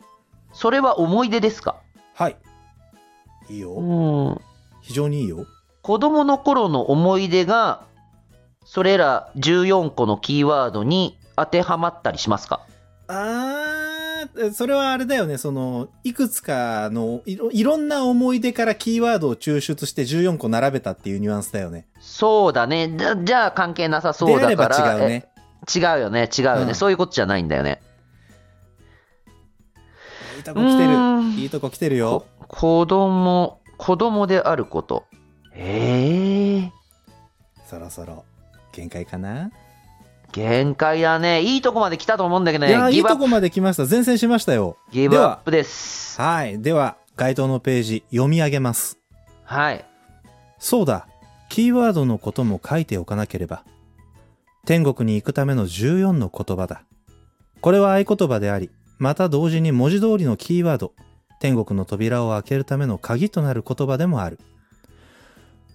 [SPEAKER 2] それは思い出ですか
[SPEAKER 1] はい。いいうよ。
[SPEAKER 2] ん。
[SPEAKER 1] 非常にいいよ。
[SPEAKER 2] 子供の頃の思い出が、それら14個のキーワードに当てはまったりしますか
[SPEAKER 1] あー、それはあれだよね。その、いくつかのいろ、いろんな思い出からキーワードを抽出して14個並べたっていうニュアンスだよね。
[SPEAKER 2] そうだね。じゃじゃあ関係なさそう
[SPEAKER 1] であ
[SPEAKER 2] だ
[SPEAKER 1] れば
[SPEAKER 2] から。
[SPEAKER 1] 違うね。
[SPEAKER 2] 違うよね、違うよね、
[SPEAKER 1] うん
[SPEAKER 2] そういうことじゃないんだよね。
[SPEAKER 1] いいとこ来て
[SPEAKER 2] うーん
[SPEAKER 1] るいいとこ来てるよ
[SPEAKER 2] こ子供、子供であること。ええ
[SPEAKER 1] そろそろ限界かな、
[SPEAKER 2] 限界だね。いいとこまで来たと思うんだけど
[SPEAKER 1] いや
[SPEAKER 2] ね。
[SPEAKER 1] い
[SPEAKER 2] ギ
[SPEAKER 1] い
[SPEAKER 2] ブアッ
[SPEAKER 1] と
[SPEAKER 2] プ、
[SPEAKER 1] こまで来ました前線しましたよ
[SPEAKER 2] ギ
[SPEAKER 1] で
[SPEAKER 2] ブア
[SPEAKER 1] は
[SPEAKER 2] ップです。
[SPEAKER 1] はいでは該当のページ読み上げます
[SPEAKER 2] はい。
[SPEAKER 1] そうだ、キーワードのことも書いておかなければ。天国に行くための14の言葉だ。これは合言葉であり、また同時に文字通りのキーワード、天国の扉を開けるための鍵となる言葉でもある。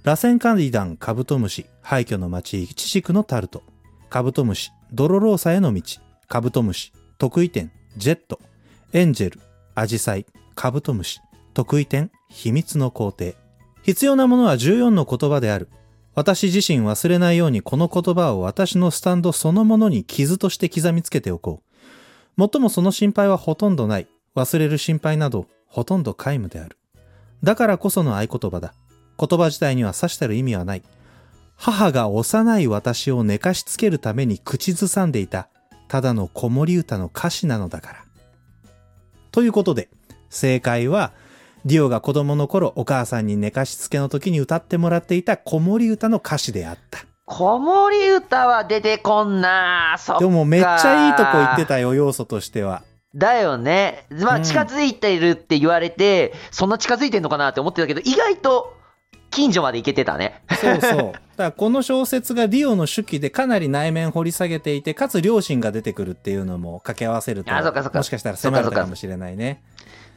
[SPEAKER 1] 螺旋階段カブトムシ、廃墟の町イチシクのタルト、カブトムシ、ドロローサへの道、カブトムシ、得意点、ジェット、エンジェル、アジサイ、カブトムシ、得意点、秘密の皇帝。必要なものは14の言葉である。私自身忘れないようにこの言葉を私のスタンドそのものに傷として刻みつけておこう。もっともその心配はほとんどない。忘れる心配などほとんど皆無である。だからこその合言葉だ。言葉自体には指してる意味はない。母が幼い私を寝かしつけるために口ずさんでいた、ただの子守歌の歌詞なのだから。ということで、正解は、ディオが子供の頃、お母さんに寝かしつけの時に歌ってもらっていた子守歌の歌詞であった。
[SPEAKER 2] 子守歌は出てこんなそっか
[SPEAKER 1] でもめっちゃいいとこ行ってたよ、要素としては。
[SPEAKER 2] だよね。
[SPEAKER 1] う
[SPEAKER 2] まあ、
[SPEAKER 1] ん
[SPEAKER 2] 近づいてるって言われて、そんな近づいてんのかなって思ってたけど、意外と近所まで行けてたね。
[SPEAKER 1] そうそう。だからこの小説がディオの手記でかなり内面掘り下げていて、かつ両親が出てくるっていうのも掛け合わせると、
[SPEAKER 2] あそっかそっか
[SPEAKER 1] もしかしたら迫る
[SPEAKER 2] そっかそっか
[SPEAKER 1] かもしれないね。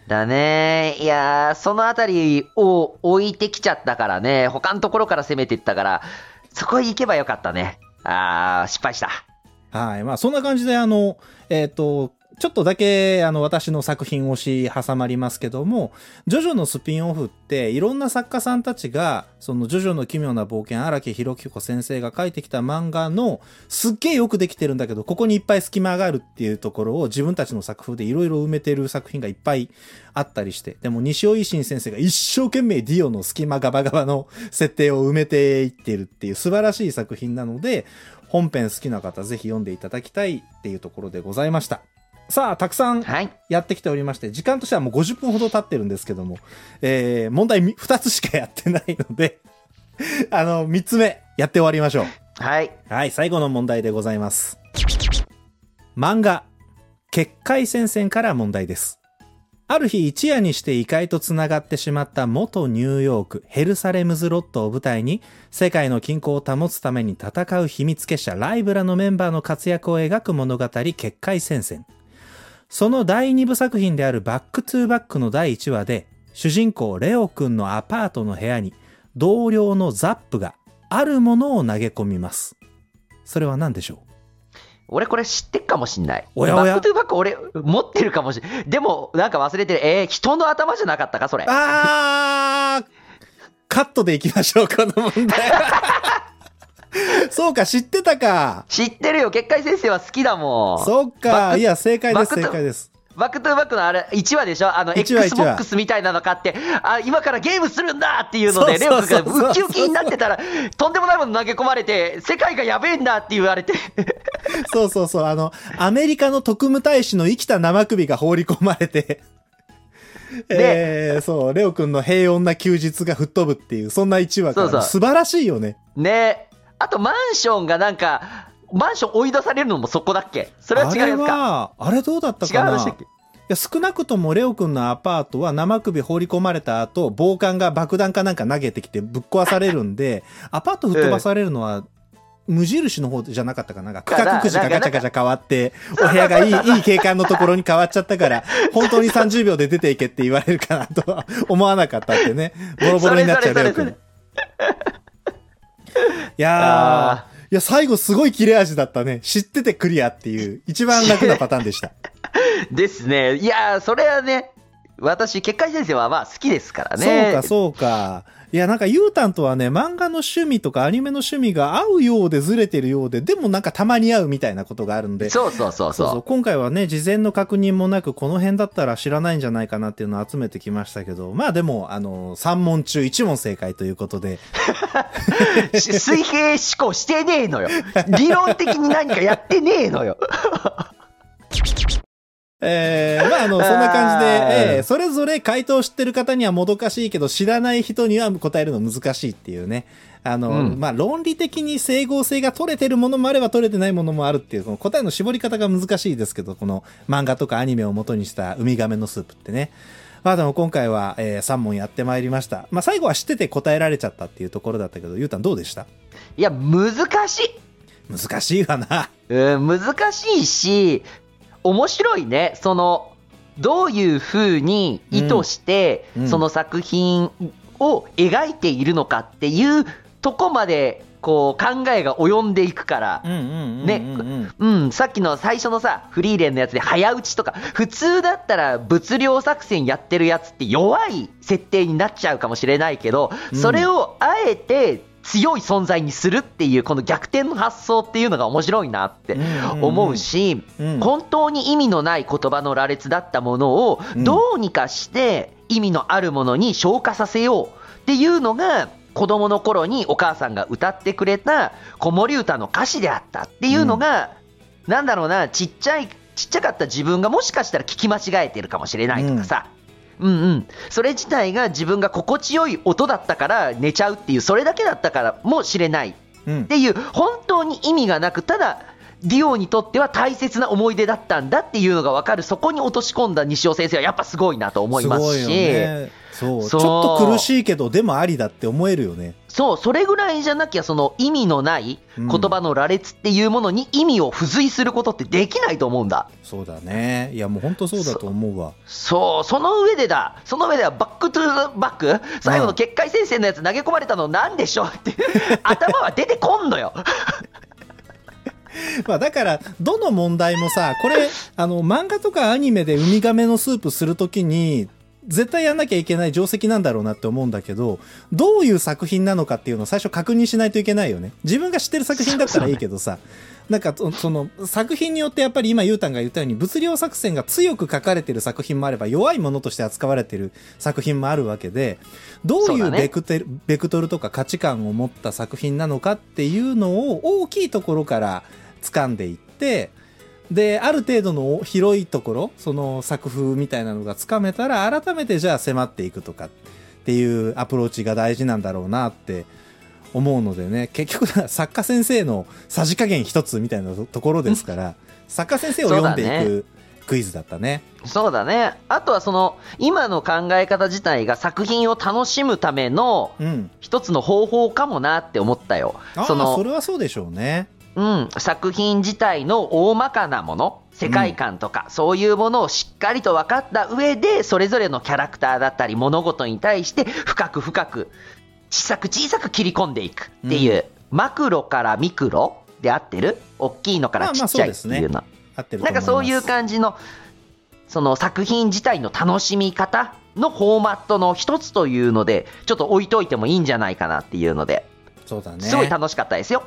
[SPEAKER 2] だね。いやー、そのあたりを置いてきちゃったからね。他のところから攻めていったから、そこへ行けばよかったね。あー、失敗した。
[SPEAKER 1] はい。まあ、そんな感じで、あの、えっ、と、ちょっとだけ、あの、私の作品推し挟まりますけども、ジョジョのスピンオフって、いろんな作家さんたちが、その、ジョジョの奇妙な冒険、荒木博彦先生が書いてきた漫画の、すっげえよくできてるんだけど、ここにいっぱい隙間があるっていうところを、自分たちの作風でいろいろ埋めてる作品がいっぱいあったりして、でも、西尾維新先生が一生懸命ディオの隙間ガバガバの設定を埋めていってるっていう、素晴らしい作品なので、本編好きな方ぜひ読んでいただきたいっていうところでございました。さあ、たくさん
[SPEAKER 2] はい。
[SPEAKER 1] やってきておりまして、時間としてはもう50分ほど経ってるんですけども、えー、問題2つしかやってないので、あの、3つ目、やって終わりましょう。
[SPEAKER 2] はい。
[SPEAKER 1] はい、最後の問題でございます。漫画、結界戦線から問題です。ある日一夜にして異界と繋がってしまった元ニューヨークヘルサレムズロットを舞台に世界の均衡を保つために戦う秘密結社ライブラのメンバーの活躍を描く物語結界戦線。その第2部作品であるバックトゥーバックの第1話で主人公レオくんのアパートの部屋に同僚のザップがあるものを投げ込みます。それは何でしょ
[SPEAKER 2] 俺これ知ってっかもしんない。
[SPEAKER 1] おやおや
[SPEAKER 2] バックトゥーバック俺持ってるかもしんでも、なんか忘れてる。えー、人の頭じゃなかったか、それ
[SPEAKER 1] う。あーカットでいきましょう、この問題はそうか、知ってたか。
[SPEAKER 2] 知ってるよ。結界先生は好きだもん。
[SPEAKER 1] そっ
[SPEAKER 2] バッ
[SPEAKER 1] か。
[SPEAKER 2] ク
[SPEAKER 1] いや、正解です、
[SPEAKER 2] バック
[SPEAKER 1] 正
[SPEAKER 2] と
[SPEAKER 1] 解です。
[SPEAKER 2] バックトゥーバックのあれ、1話でしょあの、
[SPEAKER 1] 一話一話
[SPEAKER 2] Xbox みたいなの買って、あ、今からゲームするんだっていうので、
[SPEAKER 1] そ
[SPEAKER 2] レ
[SPEAKER 1] うそ
[SPEAKER 2] オ
[SPEAKER 1] うそう
[SPEAKER 2] 君
[SPEAKER 1] そう
[SPEAKER 2] がウキウキになってたら、とんでもないもの投げ込まれて、世界がやべえんだって言われて、
[SPEAKER 1] そうそうそう。あの、アメリカの特務大使の生きた生首が放り込まれて、えー、そう、レオくんの平穏な休日が吹っ飛ぶっていう、そんな一話から
[SPEAKER 2] そうそう
[SPEAKER 1] 素晴らしいよね。
[SPEAKER 2] ねあとマンションがなんか、マンション追い出されるのもそこだっけそれは
[SPEAKER 1] あ
[SPEAKER 2] 違
[SPEAKER 1] れ
[SPEAKER 2] うや
[SPEAKER 1] は、あれどうだった
[SPEAKER 2] つか違
[SPEAKER 1] か
[SPEAKER 2] う
[SPEAKER 1] な
[SPEAKER 2] 話だっけ
[SPEAKER 1] いや少なくともレオくんのアパートは生首放り込まれた後、暴漢が爆弾かなんか投げてきてぶっ壊されるん で、アパート吹っ飛ばされるのは、無印の方じゃなかったかななんか、区画くじがガチャガチャ変わって、お部屋 がいい、いい景観のところに変わっちゃったから、本当に30秒で出ていけって言われるかなとは思わなかったってね。ボロボロになっちゃう、
[SPEAKER 2] それそれ
[SPEAKER 1] レオくん。
[SPEAKER 2] そ
[SPEAKER 1] い
[SPEAKER 2] れ
[SPEAKER 1] や
[SPEAKER 2] あ
[SPEAKER 1] ー。いや、最後すごい切れ味だったね。知っててクリアっていう、一番楽なパターンでした。
[SPEAKER 2] ですね。いやー、それはね、私、結界先生はまあ好きですからね。
[SPEAKER 1] そうか、そうか。いや、なんか、ゆうたんとはね、漫画の趣味とかアニメの趣味が合うようでずれてるようで、でもなんかたまに合うみたいなことがあるんで、
[SPEAKER 2] そうそうそう
[SPEAKER 1] そうそう
[SPEAKER 2] そ
[SPEAKER 1] 今回はね事前の確認もなくこの辺だったら知らないんじゃないかなっていうのを集めてきましたけどまあでもあの3問中1問正解ということで
[SPEAKER 2] う。し水平思考してねえのよ。理論的に何かやってねえのよ。
[SPEAKER 1] えー、まああのそんな感じ
[SPEAKER 2] あー
[SPEAKER 1] で、えーそれぞれ回答を知ってる方にはもどかしいけど知らない人には答えるの難しいっていうねあの、
[SPEAKER 2] うん
[SPEAKER 1] まあ論理的に整合性が取れてるものもあれば取れてないものもあるっていうこの答えの絞り方が難しいですけどこの漫画とかアニメを元にしたウミガメのスープってねまあでも今回は、え3問やってまいりました。まあ最後は知ってて答えられちゃったっていうところだったけど、ゆうたんどうでした
[SPEAKER 2] いや、難しい。
[SPEAKER 1] 難しいわな。
[SPEAKER 2] うん、難しいし、面白いね。その、どういう風に意図して、
[SPEAKER 1] うんうん
[SPEAKER 2] その作品を描いているのかっていうとこまで、こう、考えが及んでいくから。
[SPEAKER 1] んうん
[SPEAKER 2] うんねうん、さっきの最初のさ、フリーレンのやつで早打ちとか、普通だったら物量作戦やってるやつって弱い設定になっちゃうかもしれないけど、
[SPEAKER 1] うん
[SPEAKER 2] それをあえて強い存在にするっていう、この逆転の発想っていうのが面白いなって思うし、
[SPEAKER 1] うん
[SPEAKER 2] 本当に意味のない言葉の羅列だったものを
[SPEAKER 1] うん
[SPEAKER 2] どうにかして意味のあるものに昇華させようっていうのが子供の頃にお母さんが歌ってくれた子守歌の歌詞であったっていうのが、なんだろうなちっちゃいちっちゃかった自分がもしかしたら聞き間違えてるかもしれないとかさ、うんうん、それ自体が自分が心地よい音だったから寝ちゃうっていうそれだけだったからもしれない
[SPEAKER 1] うん
[SPEAKER 2] っていう本当に意味がなくただディオにとっては大切な思い出だったんだっていうのが分かるそこに落とし込んだ西尾先生はやっぱすごいなと思いますし
[SPEAKER 1] すごいよねそう
[SPEAKER 2] そう
[SPEAKER 1] ちょっと苦しいけどでもありだって思えるよね
[SPEAKER 2] そうそれぐらいじゃなきゃその意味のない言葉の羅列っていうものに意味を付随することってできないと思うんだ
[SPEAKER 1] そうだねいやもう本当そうだと思うわ
[SPEAKER 2] そうその上でだその上ではバックトゥーバック最後の結界先生のやつ投げ込まれたのなんでしょうっていう 頭は出てこんのよ
[SPEAKER 1] まあだからどの問題もさこれあの漫画とかアニメでウミガメのスープするときに絶対やんなきゃいけない定石なんだろうなって思うんだけどどういう作品なのかっていうのを最初確認しないといけないよね自分が知ってる作品だったらいいけどさなんかそその作品によってやっぱり今ゆうたんが言ったように物量作戦が強く書かれてる作品もあれば弱いものとして扱われてる作品もあるわけでどう
[SPEAKER 2] そう
[SPEAKER 1] い
[SPEAKER 2] だ
[SPEAKER 1] う
[SPEAKER 2] ね
[SPEAKER 1] ベクテル、ベクトルとか価値観を持った作品なのかっていうのを大きいところから掴んでいってである程度の広いところその作風みたいなのがつかめたら改めてじゃあ迫っていくとかっていうアプローチが大事なんだろうなって思うのでね結局だから作家先生のさじ加減一つみたいなところですから作家先生を読んでい
[SPEAKER 2] そうだ
[SPEAKER 1] くクイズだったね。
[SPEAKER 2] そうだね。あとはその、今の考え方自体が作品を楽しむための
[SPEAKER 1] うん、
[SPEAKER 2] 一つの方法かもなって思ったよ
[SPEAKER 1] あ。あ
[SPEAKER 2] そ
[SPEAKER 1] そ
[SPEAKER 2] の、
[SPEAKER 1] れはそうでしょうね。
[SPEAKER 2] うん、作品自体の大まかなもの、世界観とか、そういうものをしっかりと分かった上で、それぞれのキャラクターだったり、物事に対して深く深く、小さく小さく切り込んでいくっていう、マクロからミクロで合ってる大きいのから
[SPEAKER 1] まあ
[SPEAKER 2] ち
[SPEAKER 1] まあ
[SPEAKER 2] っちゃい
[SPEAKER 1] そうで
[SPEAKER 2] って
[SPEAKER 1] す
[SPEAKER 2] いう
[SPEAKER 1] ね
[SPEAKER 2] の。
[SPEAKER 1] 合ってると思い
[SPEAKER 2] なん
[SPEAKER 1] ま
[SPEAKER 2] か
[SPEAKER 1] す
[SPEAKER 2] そういう感じの、その作品自体の楽しみ方のフォーマットの一つというので、ちょっと置いといてもいいんじゃないかなっていうので、
[SPEAKER 1] そうだね。
[SPEAKER 2] すごい楽しかったですよ。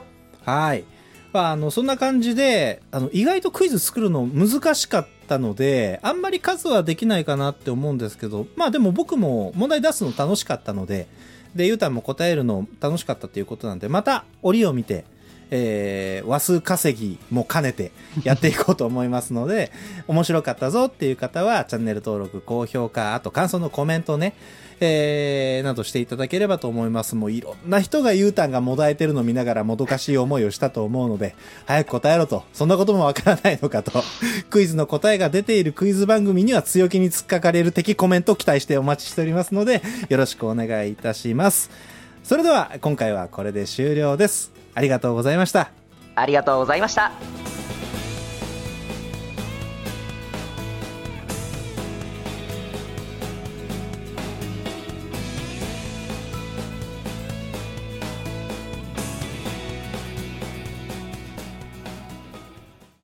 [SPEAKER 1] はい。まあ、あの、そんな感じで、あの、意外とクイズ作るの難しかったので、あんまり数はできないかなって思うんですけど、まあでも僕も問題出すの楽しかったので、で、ゆうたんも答えるの楽しかったということなんで、また折を見て、えー、和数稼ぎも兼ねてやっていこうと思いますので、面白かったぞっていう方は、チャンネル登録、高評価、あと感想のコメントね、えーなどしていただければと思います。もういろんな人がゆうたんがもだえてるの見ながらもどかしい思いをしたと思うので、早く答えろと、そんなこともわからないのかと、 クイズの答えが出ているクイズ番組には強気に突っかかれる的コメントを期待してお待ちしておりますので、よろしくお願いいたします。それでは今回はこれで終了です。ありがとうございました。
[SPEAKER 2] ありがとうございました。